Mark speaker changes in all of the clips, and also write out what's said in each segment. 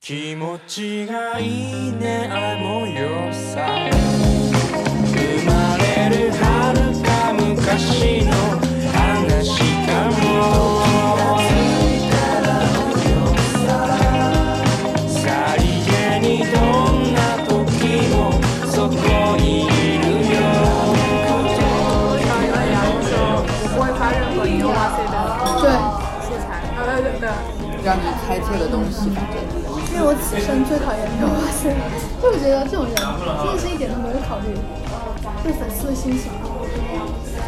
Speaker 1: 気持ちがいいねあの夜さ生まれる遥か昔の話かもさりげにどんな時もそこにいるよ
Speaker 2: 到一个洋的时候，我不会发任何 U R C 的
Speaker 3: 对，
Speaker 2: 素材，呃，对对，
Speaker 4: 让你开拓的东西，反正
Speaker 3: 这是我此生最讨厌的哇塞！就我觉得这种人真的是一点都没有考虑对粉丝的心情，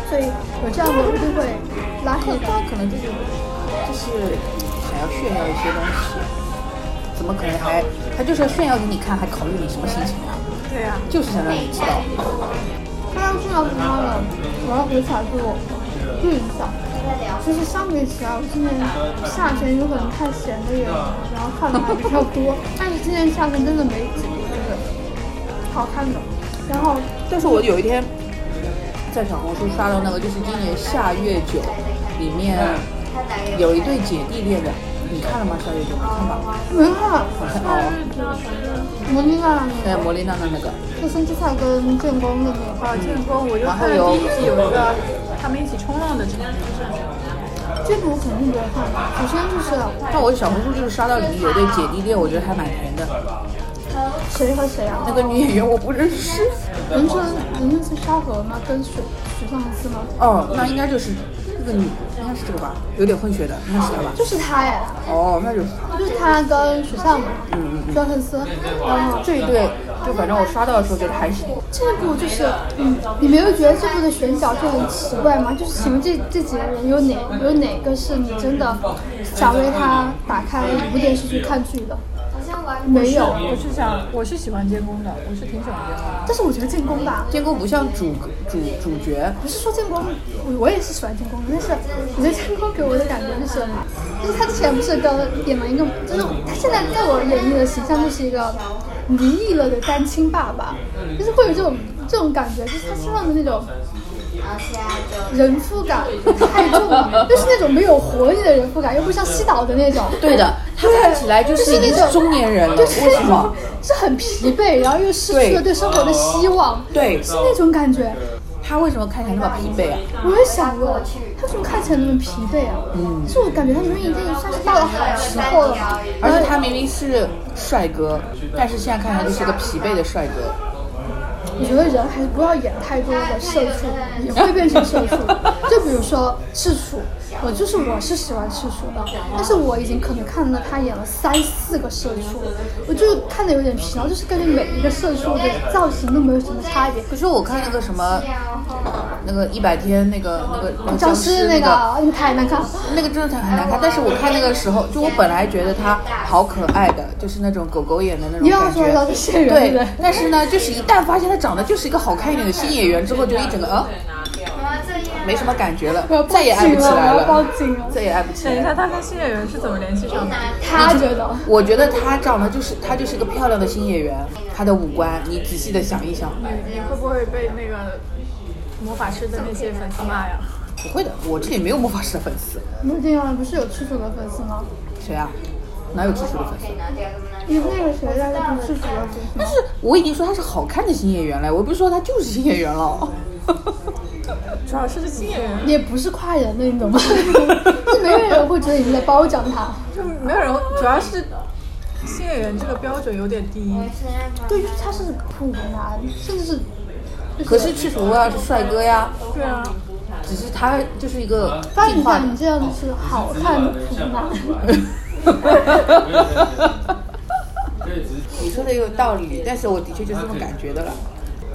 Speaker 3: 所以有这样的我一定会拉黑的。
Speaker 4: 他可能就是就是想要炫耀一些东西，怎么可能还他就是要炫耀给你看，还考虑你什么心情啊？
Speaker 2: 对呀、
Speaker 4: 就是想让你知道，
Speaker 3: 他要是要是他了，我要回踩对我就影响。就是相比起来，我今年夏天有可能太闲的人，然后看的还比较多。但是今年夏天真的没几个就是好看的。然后
Speaker 4: 但是我有一天在小红书刷到那个，就是今年夏月九里面有一对姐弟恋的，你看了吗？夏月九，你看吧，
Speaker 3: 没看，
Speaker 4: 好看哦。
Speaker 3: 摩尼娜那
Speaker 4: 哎，
Speaker 3: 个，
Speaker 4: 魔力娜娜那个，
Speaker 3: 就生之菜跟建功的那
Speaker 2: 啊，
Speaker 3: 个，
Speaker 2: 建功，我就看了第一季有一个他们一起冲浪的，真的
Speaker 3: 这部我肯定不会看。首先就是
Speaker 4: 但我小红书就是刷到里面有一对姐弟恋，我觉得还蛮甜的。
Speaker 3: 谁和谁啊？
Speaker 4: 那个女演员我不认识，
Speaker 3: 人称人称是沙河吗？跟水水上司吗？
Speaker 4: 哦，那应该就是这个女，应该是这个吧，有点混血的，应该是她吧。
Speaker 3: 就是他哎，
Speaker 4: 哦，那就是她。
Speaker 3: 就是他跟水上嘛，
Speaker 4: 嗯
Speaker 3: 水上司，然后。
Speaker 4: 这一对，就反正我刷到的时候觉得还是
Speaker 3: 这部就是，嗯，你没有觉得这部的选角就很奇怪吗？就是请问这这几个人有哪有哪个是你真的想为他打开一部电视剧看剧的？没有，
Speaker 2: 我是想，我是喜欢建功的，我是挺喜欢建功的。
Speaker 3: 但是我觉得建功吧，
Speaker 4: 建功不像主主主角，
Speaker 3: 不是说建功，我我也是喜欢建功的，但是我觉得建功给我的感觉就是，就是他之前不是跟演了一个，就是他现在在我眼里的形象就是一个离异了的单亲爸爸，就是会有这种这种感觉，就是他身上的那种。嗯人夫感太重了，就是那种没有活力的人夫感，又不像西岛的那种。
Speaker 4: 对的，他看起来就是已经是中年人了，
Speaker 3: 就是
Speaker 4: 为什
Speaker 3: 那
Speaker 4: 么
Speaker 3: 种？ 是很疲惫，然后又失去了对生活的希望，
Speaker 4: 对
Speaker 3: 是那种感觉。
Speaker 4: 他为什么看起来那么疲惫啊？
Speaker 3: 我也想过，他怎么看起来那么疲惫啊？就是我感觉他明明已经算是到了好时候了嘛，
Speaker 4: 而且他明明是帅哥，但是现在看起来就是个疲惫的帅哥。
Speaker 3: 我觉得人还是不要演太多的社畜，也会变成社畜。就比如说赤楚，我就是我是喜欢赤楚的，但是我已经可能看了他演了三四个社畜，我就看的有点疲劳，就是感觉每一个社畜的造型都没有什么差别。
Speaker 4: 可是我看那个什么，那个一百天那个那个那个
Speaker 3: 僵
Speaker 4: 尸
Speaker 3: 尸
Speaker 4: 那
Speaker 3: 那
Speaker 4: 个。
Speaker 3: 个，那个嗯太难看了。
Speaker 4: 那个真的很难看，但是我看那个时候，就我本来觉得他好可爱的，就是那种狗狗眼的那种
Speaker 3: 你要
Speaker 4: 感
Speaker 3: 说到
Speaker 4: 觉。
Speaker 3: 这些人，对不
Speaker 4: 对
Speaker 3: 对，
Speaker 4: 但是呢，就是一旦发现他长得就是一个好看一点的新演员之后，就一整个呃，没什么感觉了
Speaker 3: 我要，报
Speaker 4: 再也爱不
Speaker 3: 警
Speaker 4: 起
Speaker 3: 了，
Speaker 4: 来
Speaker 3: 我要报
Speaker 4: 了，
Speaker 3: 警了。
Speaker 4: 再也爱不起
Speaker 2: 等一
Speaker 4: 来
Speaker 2: 下，
Speaker 4: 了。
Speaker 2: 他跟新演员是怎么联系上的？
Speaker 3: 他觉得，
Speaker 4: 我觉得他长得就是他就是一个漂亮的新演员，他的五官你仔细的想一想，
Speaker 2: 你会不会被那个魔法师的那些粉丝骂呀？
Speaker 4: 不会的，我这里没有魔法师的粉丝，
Speaker 3: 你们这样不是有赤楚的粉丝吗？
Speaker 4: 谁啊？哪有支持的粉丝？
Speaker 3: 你那个谁来着？不是赤楚的粉丝吗
Speaker 4: 但是我已经说他是好看的新演员了，我不是说他就是新演员了。
Speaker 2: 主要是新演员，
Speaker 3: 也不是夸人的，你懂吗？ 就没有人会觉得你在褒奖他。
Speaker 2: 就没有人会，主要是新演员这个标准有点低。
Speaker 3: 对，就是他是普通男，甚至是
Speaker 4: 可是去除了帅哥呀，
Speaker 2: 对啊，
Speaker 4: 只是他就是一个
Speaker 3: 发现
Speaker 4: 进
Speaker 3: 你
Speaker 4: 化
Speaker 3: 像
Speaker 4: 的
Speaker 3: 你。这样子是好看的啊普通 男，
Speaker 4: 你说的也有道理，但是我的确就这么感觉的了。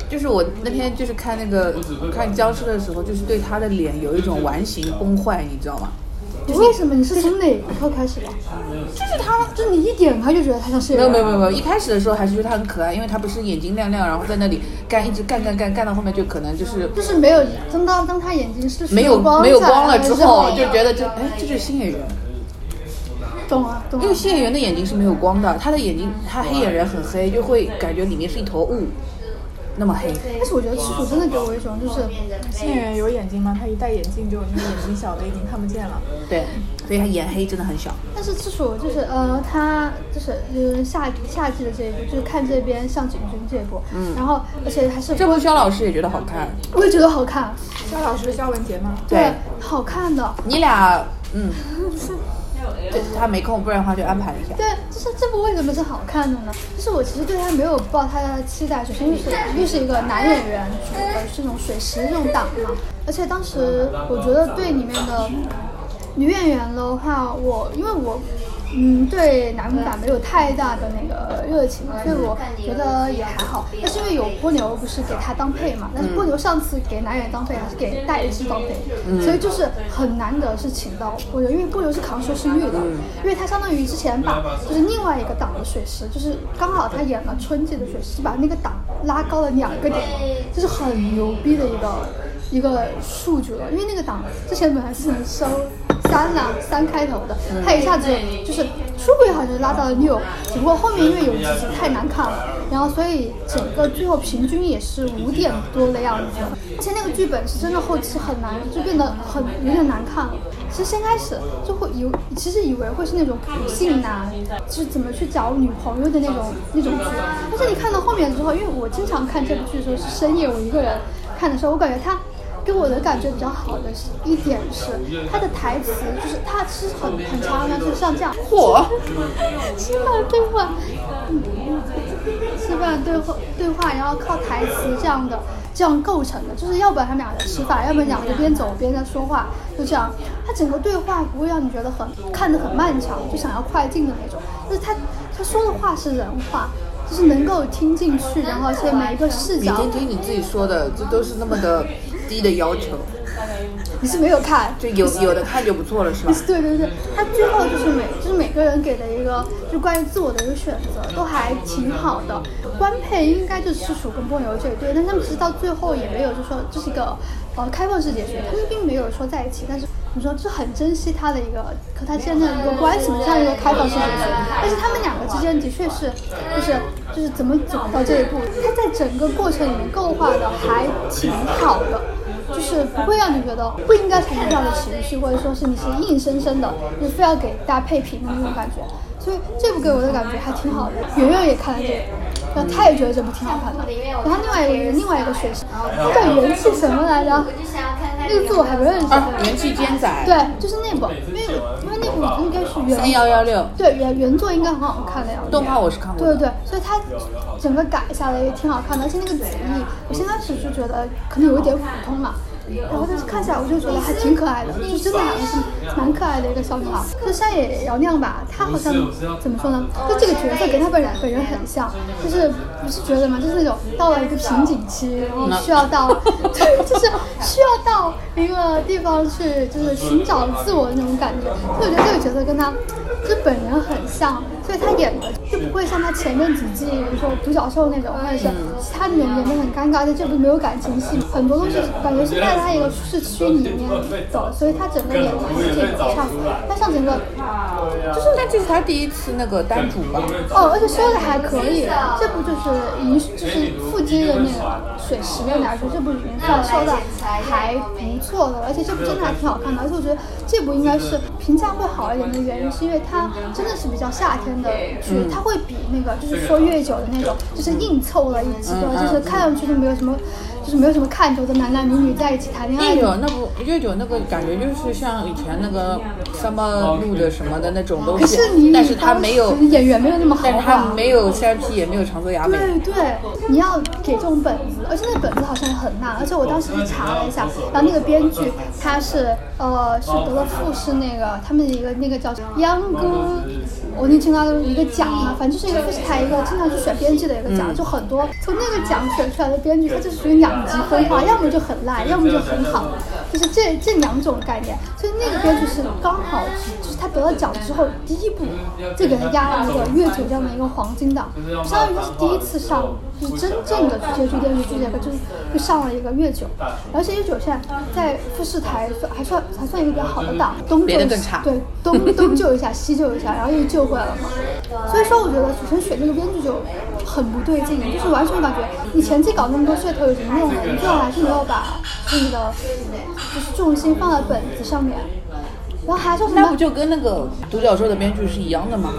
Speaker 4: 就是我那天就是看那个看僵尸的时候，就是对他的脸有一种完形崩坏，你知道吗？
Speaker 3: 为什么你是从哪一刻开始的？就是他，就是你一点开就觉得他像是
Speaker 4: 没有没有没
Speaker 3: 有，
Speaker 4: 有没有，一开始的时候还是觉得他很可爱，因为他不是眼睛亮亮，然后在那里干一直干干干干到后面就可能就是
Speaker 3: 就是没有。当当当他眼睛失去
Speaker 4: 没有
Speaker 3: 光
Speaker 4: 没有
Speaker 3: 彩
Speaker 4: 光了之
Speaker 3: 之
Speaker 4: 后，就觉得这哎这就是新演员，
Speaker 3: 懂了懂啊
Speaker 4: 因
Speaker 3: 了
Speaker 4: 为。新演员的眼睛是没有光的，他的眼睛他黑眼人很黑，就会感觉里面是一坨雾，那么黑。
Speaker 3: 但是我觉得赤楚真的给我一种就是
Speaker 2: 新演员有眼睛吗？他一戴眼镜就因为眼睛小的已经看不见了。
Speaker 4: 对，所以他眼黑真的很小。
Speaker 3: 但是自从就是呃，他就是嗯夏夏季的这一部，就是看这边向井君这一部，嗯，然后而且还是
Speaker 4: 这部肖老师也觉得好看，
Speaker 3: 我也觉得好看，
Speaker 2: 肖老师肖文杰吗？
Speaker 4: 对
Speaker 3: 好看的，
Speaker 4: 你俩嗯，对他没空，不然的话就安排一下。
Speaker 3: 对，就是这部为什么是好看的呢？就是我其实对他没有抱太大的期待，首先就是
Speaker 4: 嗯
Speaker 3: 又是一个男演员主的这种水石这种档嘛，而且当时我觉得对里面的女演员的话，我因为我。嗯，对男版没有太大的那个热情，所以我觉得也还好。但是因为有波牛不是给他当配嘛，但是波牛上次给男演员当配还是给戴一智当配，所以就是很难得是请到波牛，因为波牛是扛收视率的，因为他相当于之前把就是另外一个档的水师，就是刚好他演了春季的水师，把那个档拉高了两个点，这是很牛逼的一个一个数据了。因为那个档之前本来是能收三啦、三开头的，他一下子就是出轨好像拉到了六，只不过后面因为有几集太难看了，然后所以整个最后平均也是五点多的样子。而且那个剧本是真的后期很难，就变得很有点难看了。其实先开始就会以为其实以为会是那种苦性男，就是怎么去找女朋友的那种那种剧，但是你看到后面之后，因为我经常看这部剧的时候是深夜我一个人看的时候，我感觉他。给我的感觉比较好的是一点是，他的台词就是他是很很长的，就是像这样，
Speaker 4: 嚯，
Speaker 3: 吃饭对话，嗯，吃饭对话对话，然后靠台词这样的这样构成的，就是要不然他们俩在吃饭，要不然两个人边走边在说话，就这样。他整个对话不会让你觉得很看得很漫长，就想要快进的那种，就是他他说的话是人话。就是能够听进去，然后而且每一个视
Speaker 4: 你
Speaker 3: 角，
Speaker 4: 听听你自己说的，这都是那么的低的要求，
Speaker 3: 你是没有看，
Speaker 4: 就有有的看就不错了，是吧？
Speaker 3: 对对对，他最后就是每就是每个人给的一个就关于自我的一个选择，都还挺好的。官配应该就是属跟波牛这一对，但他们其实到最后也没有就说这是一个呃开放式结局，他们并没有说在一起，但是你说这很珍惜他的一个和他之间的一个关系嘛，这样一个开放式结局。但是他们两个之间的确是就是就是怎么走到这一步，他在整个过程里面构画的还挺好的。就是不会让你觉得不应该产生这样的情绪，或者说是你是硬生生的，你非要给大家配平的那种感觉。所以这部给我的感觉还挺好的。圆圆也看了这部，然后他也觉得这部挺好看的。然后另外一个另外一个学生，他叫元气什么来着？那个字我还不认识。
Speaker 4: 啊，元气尖仔，
Speaker 3: 对，就是那部，因为因为那部应该是原
Speaker 4: 三幺幺六
Speaker 3: 对原原作应该很好看的样子。
Speaker 4: 动画我是看过
Speaker 3: 对
Speaker 4: 的，
Speaker 3: 对，所以它整个改下来也挺好看的，而且那个子翼，我先开始就觉得可能有一点普通嘛，然后但是看起来我就觉得还挺可爱的，就真的好像是蛮可爱的一个小女孩。就山野遥亮吧，她好像怎么说呢？就这个角色跟她本人本人很像，就是不是觉得嘛，就是那种到了一个瓶颈期，然后需要到，对，就是需要到一个地方去，就是寻找自我的那种感觉。所以我觉得这个角色跟她就本人很像，所以她演的就不会像她前面几季，比如说独角兽那种，或者是其他那种演的很尴尬，在这部没有感情戏，很多东西感觉是在她一个舒适区里面走，所以她整个演的还是挺不上，她上整个
Speaker 4: 就是但这是他第一次那个单主吧？
Speaker 3: 哦，而且说的还可以，这部就是已经就是腹肌的那个水石榴来说，这部已经算说的还不错的了，而且这部真的还挺好看的，而且我觉得这部应该是评价会好一点的原因，是因为它真的是比较夏天的
Speaker 4: 嗯
Speaker 3: 剧，它会比那个就是说越久的那种，就是硬凑了一集
Speaker 4: 嗯
Speaker 3: 的，就是看上去就没有什么，就是没有什么看头的男男女女在一起谈恋爱
Speaker 4: 月
Speaker 3: 的
Speaker 4: 九那部月九那个感觉就是像以前那个三八路的什么的那种东
Speaker 3: 可
Speaker 4: 西
Speaker 3: 是你，
Speaker 4: 但是他没有，
Speaker 3: 演员没有那么好
Speaker 4: 但是
Speaker 3: 吧
Speaker 4: 他没有 CIP 也没有长泽雅美，
Speaker 3: 对对，你要给这种本子，而且那本子好像很烂，而且我当时去查了一下，然后那个编剧他是呃是得了富士那个他们的一个那个叫央歌，我那经常都是一个奖嘛，反正就是一个富士台一个经常去选编剧的一个奖，就很多从那个奖选出来的编剧，它就属于两极分化，要么就很烂，要么就很好，就是这这两种概念。所以那个编剧是刚好就是他得了奖之后第一部就给他压了那个月九这样的一个黄金档，相当于他是第一次上，就是真正的去接触电视剧这个，就是就上了一个月九，而且月九现在在富士台算还算还算一个比较好的档，东
Speaker 4: 别
Speaker 3: 救
Speaker 4: 的
Speaker 3: 一
Speaker 4: 更
Speaker 3: 下
Speaker 4: 差，
Speaker 3: 对，东东救一下，西救一下，然后又救回来了嘛。所以说，我觉得主持人选这个编剧就很不对劲，就是完全感觉你前期搞那么多噱头有什么用呢？啊你最后还是没有把自己的就是重心放在本子上面。然后还说什
Speaker 4: 那不
Speaker 3: 么
Speaker 4: 就跟那个独角兽的编剧是一样的吗？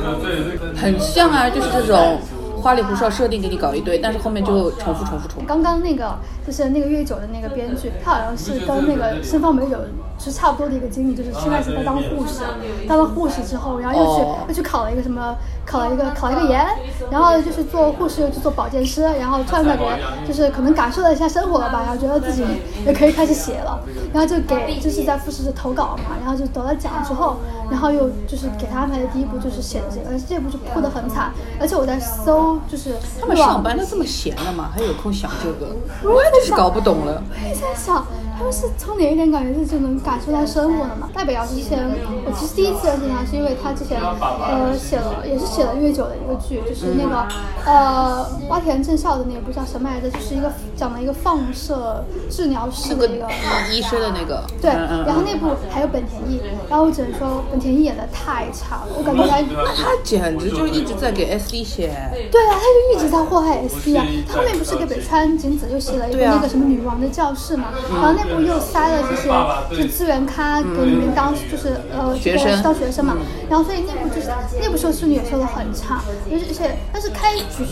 Speaker 4: 很像啊，就是这种花里胡哨设定给你搞一堆，但是后面就重复重复重复。
Speaker 3: 刚刚那个就是那个月酒的那个编剧，他好像是跟那个申方美有是差不多的一个经历，就是现在是在当护士，当了护士之后，然后又去、
Speaker 4: 哦
Speaker 3: 又去考了一个什么，考了一个考了一个研，然后就是做护士又去做保健师，然后突然感觉就是可能感受了一下生活了吧，然后觉得自己也可以开始写了，然后就给就是在复试投稿嘛，然后就得了奖之后，然后又就是给他安排的第一部就是写的这个，而且这部就哭得很惨，而且我在搜就是
Speaker 4: 他们
Speaker 3: 网
Speaker 4: 上班都这么闲了吗？还有空想这个？我也真是搞不懂了。
Speaker 3: 我也在想，他们是从哪一点感觉自己能感受到生活的嘛？代表之前，我其实第一次认识他是因为他之前呃写了，也是写了月久的一个剧，就是那个、呃洼田正孝的那部叫什么来着？就是一个讲了一个放射治疗师
Speaker 4: 那
Speaker 3: 的
Speaker 4: 个
Speaker 3: 一个。嗯
Speaker 4: 医生的那个，
Speaker 3: 对，
Speaker 4: 嗯嗯
Speaker 3: 然后那部还有本田翼，然后我只能说本田翼演的太差了，我感觉他
Speaker 4: 他简直就一直在给 SD 写，
Speaker 3: 对啊，他就一直在祸害 SD 啊。他后面不是给北川景子又写了一部
Speaker 4: 对啊嗯
Speaker 3: 那个什么女王的教室嘛，然后那部又塞了这些就资源咖给里
Speaker 4: 嗯
Speaker 3: 面当就是呃
Speaker 4: 学生
Speaker 3: 当学生嘛，然后所以那部就是那部收视率也收的很差，就是而且但是开局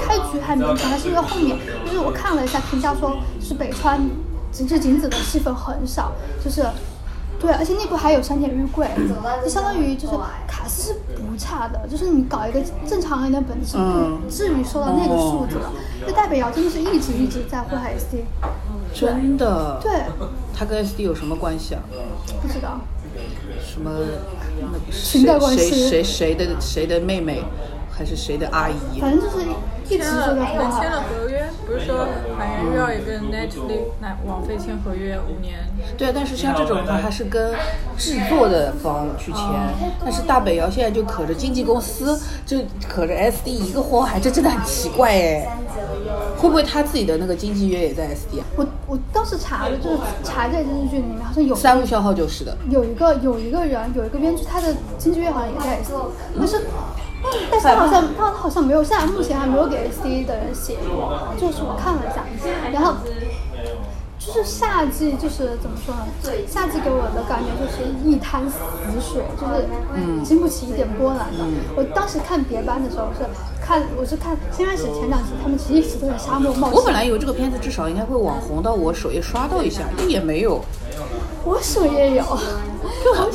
Speaker 3: 开局还勉强，但是因为后面就是我看了一下评价说，就是北川景致景子的戏份很少，就是。对，而且那部还有山田裕贵，就相当于就是卡斯是不差的，就是你搞一个正常人的本子，
Speaker 4: 嗯
Speaker 3: 不至于说到那个数字了。就代北瑶真的是一直一直在祸害 SD，
Speaker 4: 真的。
Speaker 3: 对，
Speaker 4: 他跟 SD 有什么关系啊？
Speaker 3: 不知道，
Speaker 4: 什么那个
Speaker 3: 情感关系
Speaker 4: 谁谁谁的谁的妹妹，还是谁的阿姨？
Speaker 3: 反正就是一直
Speaker 2: 签
Speaker 3: 就
Speaker 2: 了
Speaker 3: 在祸
Speaker 2: 签
Speaker 3: 害。
Speaker 2: 了合约，不是说好像又要一个 Netflix 那网飞签合约五年，
Speaker 4: 对，啊但是像这种的话，还是跟制作的方去签。
Speaker 3: 哦
Speaker 4: 但是大北窑现在就可着经纪公司，就可着 SD 一个祸害，这真的很奇怪哎。会不会他自己的那个经纪约也在 SD 啊？
Speaker 3: 我我当时查了，就是查这个电视剧里面好像有
Speaker 4: 三无消耗就是的。
Speaker 3: 有一个有一个人有一个编剧，他的经纪约好像也在 SD，但是但
Speaker 4: 哎
Speaker 3: 是他好像他好像没有，现在目前还没有给 SD 的人写过，就是我看了一下，然后。就是夏季，就是怎么说呢？夏季给我的感觉就是一滩死水，就是经不起一点波澜
Speaker 4: 嗯
Speaker 3: 的。我当时看别班的时候是看，我是看先开始前两集，他们其实一直都在沙漠冒险。
Speaker 4: 我本来以为这个片子至少应该会网红到我首页刷到一下，但也没有，
Speaker 3: 我手也有，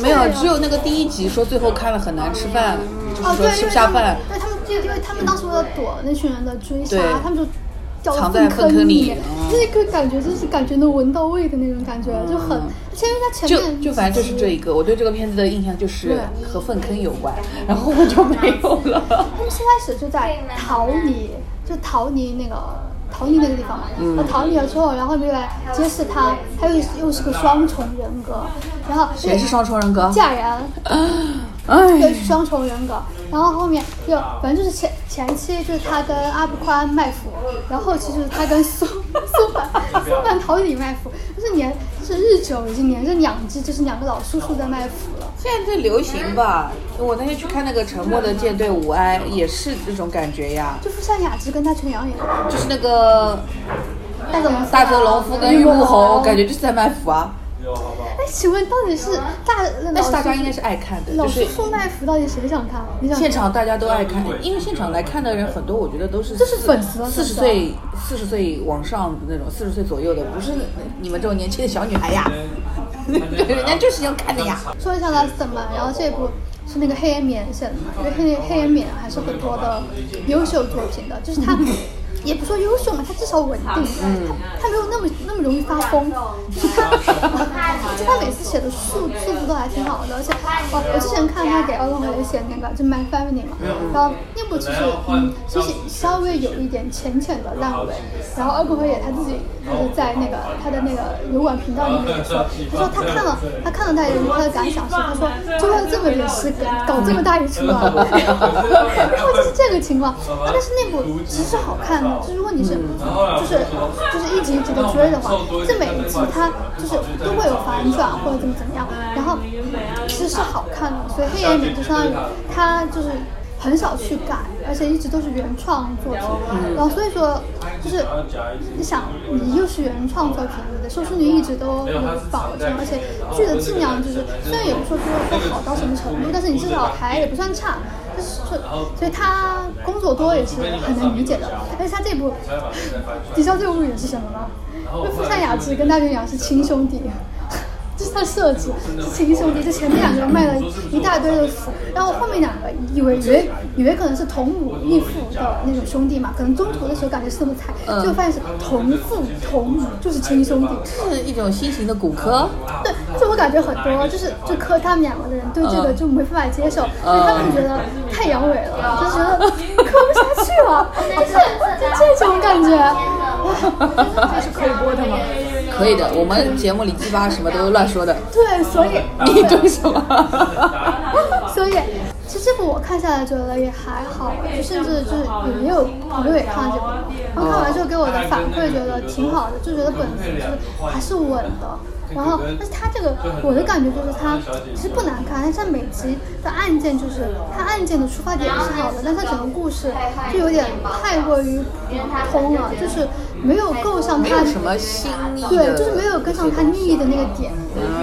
Speaker 4: 没有
Speaker 3: 我手也，
Speaker 4: 只有那个第一集说最后看了很难吃饭，就是
Speaker 3: 哦，
Speaker 4: 说
Speaker 3: 对，
Speaker 4: 吃
Speaker 3: 因
Speaker 4: 不
Speaker 3: 为
Speaker 4: 下
Speaker 3: 他们
Speaker 4: 饭。
Speaker 3: 对他们就因为他们当时为了躲那群人的追杀
Speaker 4: 对，
Speaker 3: 他们就掉到
Speaker 4: 藏在粪
Speaker 3: 坑
Speaker 4: 坑里
Speaker 3: 里
Speaker 4: 嗯，
Speaker 3: 这个感觉就是感觉能闻到味的那种感觉，就很。而且因为他前
Speaker 4: 嗯就
Speaker 3: 面
Speaker 4: 就反正就是这一
Speaker 3: 个。
Speaker 4: 个，我对这个片子的印象就是
Speaker 3: 对
Speaker 4: 和粪坑有关，然后我就没有 了。
Speaker 3: 他们先开始就在逃离，就逃离那个逃离那个地方嘛。
Speaker 4: 嗯
Speaker 3: 然后逃离了之后，然后又来揭示他，他又又是个双重人格，然后
Speaker 4: 谁是双重人格？
Speaker 3: 嫁人。对
Speaker 4: 哎，
Speaker 3: 双重人格，然后后面就反正就是前前期就是他跟阿布宽卖腐，然后后期就是他跟苏 苏凡苏凡桃李卖腐，就是连就是日久已经连着两只就是两个老叔叔在卖腐了。
Speaker 4: 现在流行吧。我那天去看那个《沉默的舰队》五安，也是这种感觉呀，
Speaker 3: 就富山雅治跟他全阳演的，
Speaker 4: 就是那个
Speaker 3: 大泽龙夫
Speaker 4: 大泽隆夫跟玉木宏，感觉就是在卖腐啊。
Speaker 3: 哎，请问到底是大？
Speaker 4: 但是大家应该是爱看的，
Speaker 3: 老
Speaker 4: 就
Speaker 3: 叔
Speaker 4: 是
Speaker 3: 叔卖腐，到底谁想看？你想看
Speaker 4: 现场大家都爱看，因为现场来看的人很多，我觉得都是
Speaker 3: 这是粉丝啊
Speaker 4: 四
Speaker 3: 这
Speaker 4: 十
Speaker 3: 是
Speaker 4: 岁、四十岁往上的那种，四十岁左右的，不是你们这种年轻的小女孩呀， 人家就是要看的呀。
Speaker 3: 说一下 Last Man，然后这部是那个黑岩冕写的嘛，因为黑岩黑岩冕还是很多的优秀作品的，就是它也不说优秀嘛，它至少稳定，它它没有那么那么容易发疯，就是它就它每次写的数数字都还挺好的，而且我我之前看他给奥运会写那个就 My Family 嘛，然后那部其实嗯就是稍微有一点浅浅的烂尾，然后奥运会也他自己就是在那个他的那个油管频道里面也说，他说他看了他看了他人他的感想是，他说就为了这么点事搞这么大一出啊， 然后就是这个情况，啊但是那部其实是好看的，就是如果你是就是就是一集一集的追的话，这每一集它就是都会有反转或者怎么怎么样，然后其实是好看的，所以黑岩饼就相当于它就是。很少去改，而且一直都是原创作品。然后所以说，就是你想，你又是原创作品，你的收视率一直都有保证，而且剧的质量就是虽然也不说说说好到什么程度，但是你至少还也不算差。就是说所以他工作多也是很能理解的。而且他这部，你知道这部演是什么吗？因为富山雅治跟大泉洋是亲兄弟。就是他设置是亲兄弟，就前面两个卖了一大堆的腐，然后后面两个以为以为以为可能是同母异父的那种兄弟嘛，可能中途的时候感觉是那么菜，就发现是同父同母，就是亲兄弟。
Speaker 4: 是一种新型的骨科，
Speaker 3: 对，就我感觉很多就是就磕他们两个的人对这个
Speaker 4: 嗯
Speaker 3: 就没办法接受，因为他们觉得太阳痿了，就觉得磕不下去了，就是就这种感觉。
Speaker 2: 这是可以播的吗？
Speaker 4: 可以的。我们节目里鸡巴什么都乱说的，
Speaker 3: 对，所以
Speaker 4: 你懂什么？
Speaker 3: 所以，其实这部我看下来觉得也还好，就甚至就是也有朋友也看了这部，然后看完之后给我的反馈觉得挺好的，就觉得本子就是还是稳的。然后，但是它这个我的感觉就是它其实不难看，但是它每集的案件就是它案件的出发点是好的，但是它整个故事就有点太过于普通了，就是没有够上
Speaker 4: 没
Speaker 3: 它
Speaker 4: 有什么新意的，
Speaker 3: 对，就是没有跟上他利益的那个点，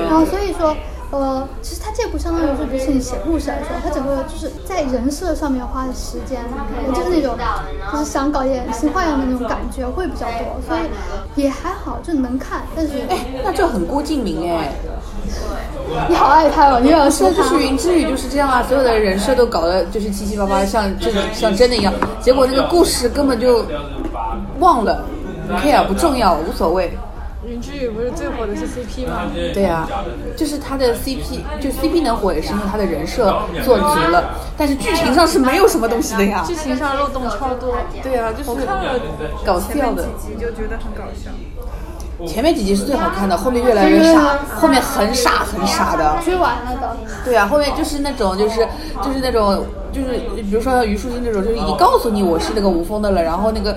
Speaker 3: 然后所以说。呃，其实他这部相当于是比起你写故事来说，他整个就是在人设上面花的时间，我就是那种就是想搞点新花样的那种感觉会比较多，所以也还好，就能看。但是
Speaker 4: 哎，那这很郭敬明哎，
Speaker 3: 你好爱他哦，你又要说
Speaker 4: 这就
Speaker 3: 他，
Speaker 4: 是云之羽就是这样啊，所有的人设都搞得就是七七八八，像真像真的一样，结果那个故事根本就忘了不，care 不重要，无所谓。
Speaker 2: 云之羽不是最火的是 CP 吗？
Speaker 4: 对啊，就是他的 CP，就 CP 能火也是因为他的人设做足了，但是剧情上是没有什么东西的呀。
Speaker 2: 剧情上漏洞超多，
Speaker 4: 对啊，就是
Speaker 2: 看了
Speaker 4: 搞笑的。
Speaker 2: 几集就觉得很搞笑。
Speaker 4: 前面几集是最好看的，后面越来越傻，后面很傻很傻的。
Speaker 3: 追完了的。
Speaker 4: 对啊，后面就是那种，就是就是那种，就是比如说像虞书欣这种，就是已经告诉你我是那个无风的了，然后那个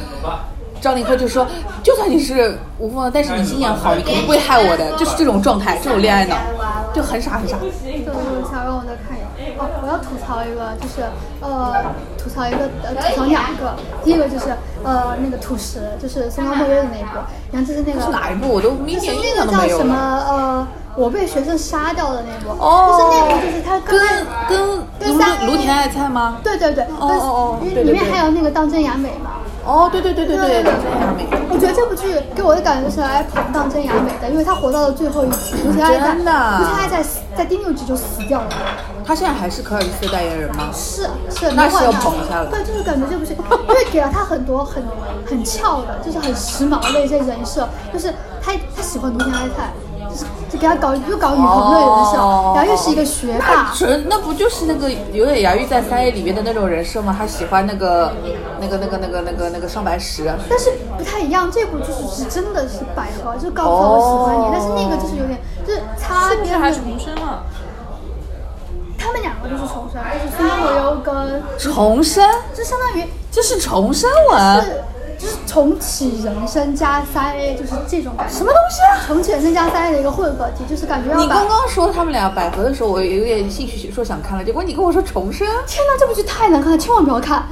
Speaker 4: 张凌赫就说，就算你是无风的，但是你心眼好，你肯定不会害我的，就是这种状态，这种恋爱脑，就很傻很傻。
Speaker 3: 就是想让我再看一眼。哦，我要吐槽一个，就是呃，吐槽一个，呃，吐槽两个。第一个就是呃，那个土石，就是松冈莫月的那一部，然后就是那个
Speaker 4: 是哪一部我都一
Speaker 3: 就是
Speaker 4: 点印
Speaker 3: 那
Speaker 4: 象
Speaker 3: 个
Speaker 4: 都
Speaker 3: 叫
Speaker 4: 没有
Speaker 3: 什么
Speaker 4: 了。
Speaker 3: 呃，我被学生杀掉的那部，
Speaker 4: 哦
Speaker 3: 就是那部就是他
Speaker 4: 跟
Speaker 3: 跟
Speaker 4: 跟
Speaker 3: 跟
Speaker 4: 卢
Speaker 3: 三
Speaker 4: 卢田爱菜吗？
Speaker 3: 对对对，
Speaker 4: 哦哦哦
Speaker 3: 但是
Speaker 4: 对对
Speaker 3: 里面
Speaker 4: 对
Speaker 3: 还有那个当真雅美嘛。
Speaker 4: 哦，对对对对对，卢田爱美。
Speaker 3: 我觉得这部剧给我的感觉是来捧当真雅美的，因为她活到了最后一集，卢田爱在，
Speaker 4: 真的啊
Speaker 3: 卢田爱在在第六集就死掉了。
Speaker 4: 她现在还是可尔一斯的代言人吗？
Speaker 3: 是是，
Speaker 4: 那
Speaker 3: 没
Speaker 4: 是
Speaker 3: 换
Speaker 4: 要
Speaker 3: 的
Speaker 4: 捧一下了
Speaker 3: 对，就是感觉这部戏，因为给了他很多很很俏的，就是很时髦的一些人设，就是他他喜欢独田爱菜，就是就给他搞又搞女朋友的人设，
Speaker 4: 哦
Speaker 3: 然后又是一个学霸。
Speaker 4: 纯那不就是那个有点牙玉在三 A 里面的那种人设吗？他喜欢那个那个那个那个那个那个上白石，
Speaker 3: 但是不太一样，这部就是是真的是百合，就是告诉我喜欢你，
Speaker 4: 哦
Speaker 3: 但是那个就是有点就是擦
Speaker 2: 不是
Speaker 3: 边
Speaker 2: 还
Speaker 3: 的。
Speaker 2: 重生了？
Speaker 3: 他们两个就是重生，就是孙杨柳优跟，
Speaker 4: 重生，
Speaker 3: 就相当于
Speaker 4: 这是重生文，
Speaker 3: 是就是重启人生加三 A，就是这种感觉。
Speaker 4: 什么东西啊？
Speaker 3: 重启人生加三 A 的一个混合体，就是感觉要把
Speaker 4: 你刚刚说他们俩百合的时候，我有点兴趣说想看了，结果你跟我说重生，
Speaker 3: 天呐，这部剧太难看了，千万不要看！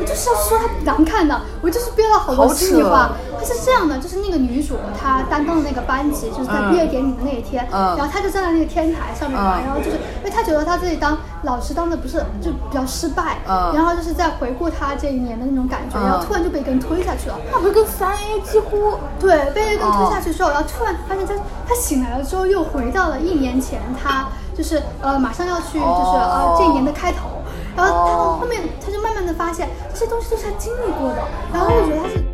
Speaker 3: 我就是要说它难看的，我就是憋了好多
Speaker 4: 好扯
Speaker 3: 心里话。它是这样的，就是那个女主她担当的那个班级，就是在
Speaker 4: 嗯
Speaker 3: 毕业典礼的那一天，
Speaker 4: 嗯
Speaker 3: 然后她就站在那个天台上面嘛，
Speaker 4: 嗯
Speaker 3: 然后就是因为她觉得她自己当老师当的不是就比较失败，
Speaker 4: 嗯
Speaker 3: 然后就是在回顾她这一年的那种感觉，
Speaker 4: 嗯哦
Speaker 3: 然后突然就被一个人推下去了。
Speaker 4: 那不是跟三 A 几乎
Speaker 3: 对，被那个推
Speaker 4: 哦
Speaker 3: 下去之后，然后突然发现他他醒来了之后，又回到了一年前，他就是呃马上要去就是、
Speaker 4: 哦
Speaker 3: 呃这一年的开头，然后他
Speaker 4: 哦
Speaker 3: 后面他就慢慢的发现这些东西都是他经历过的，然后他就觉得他是。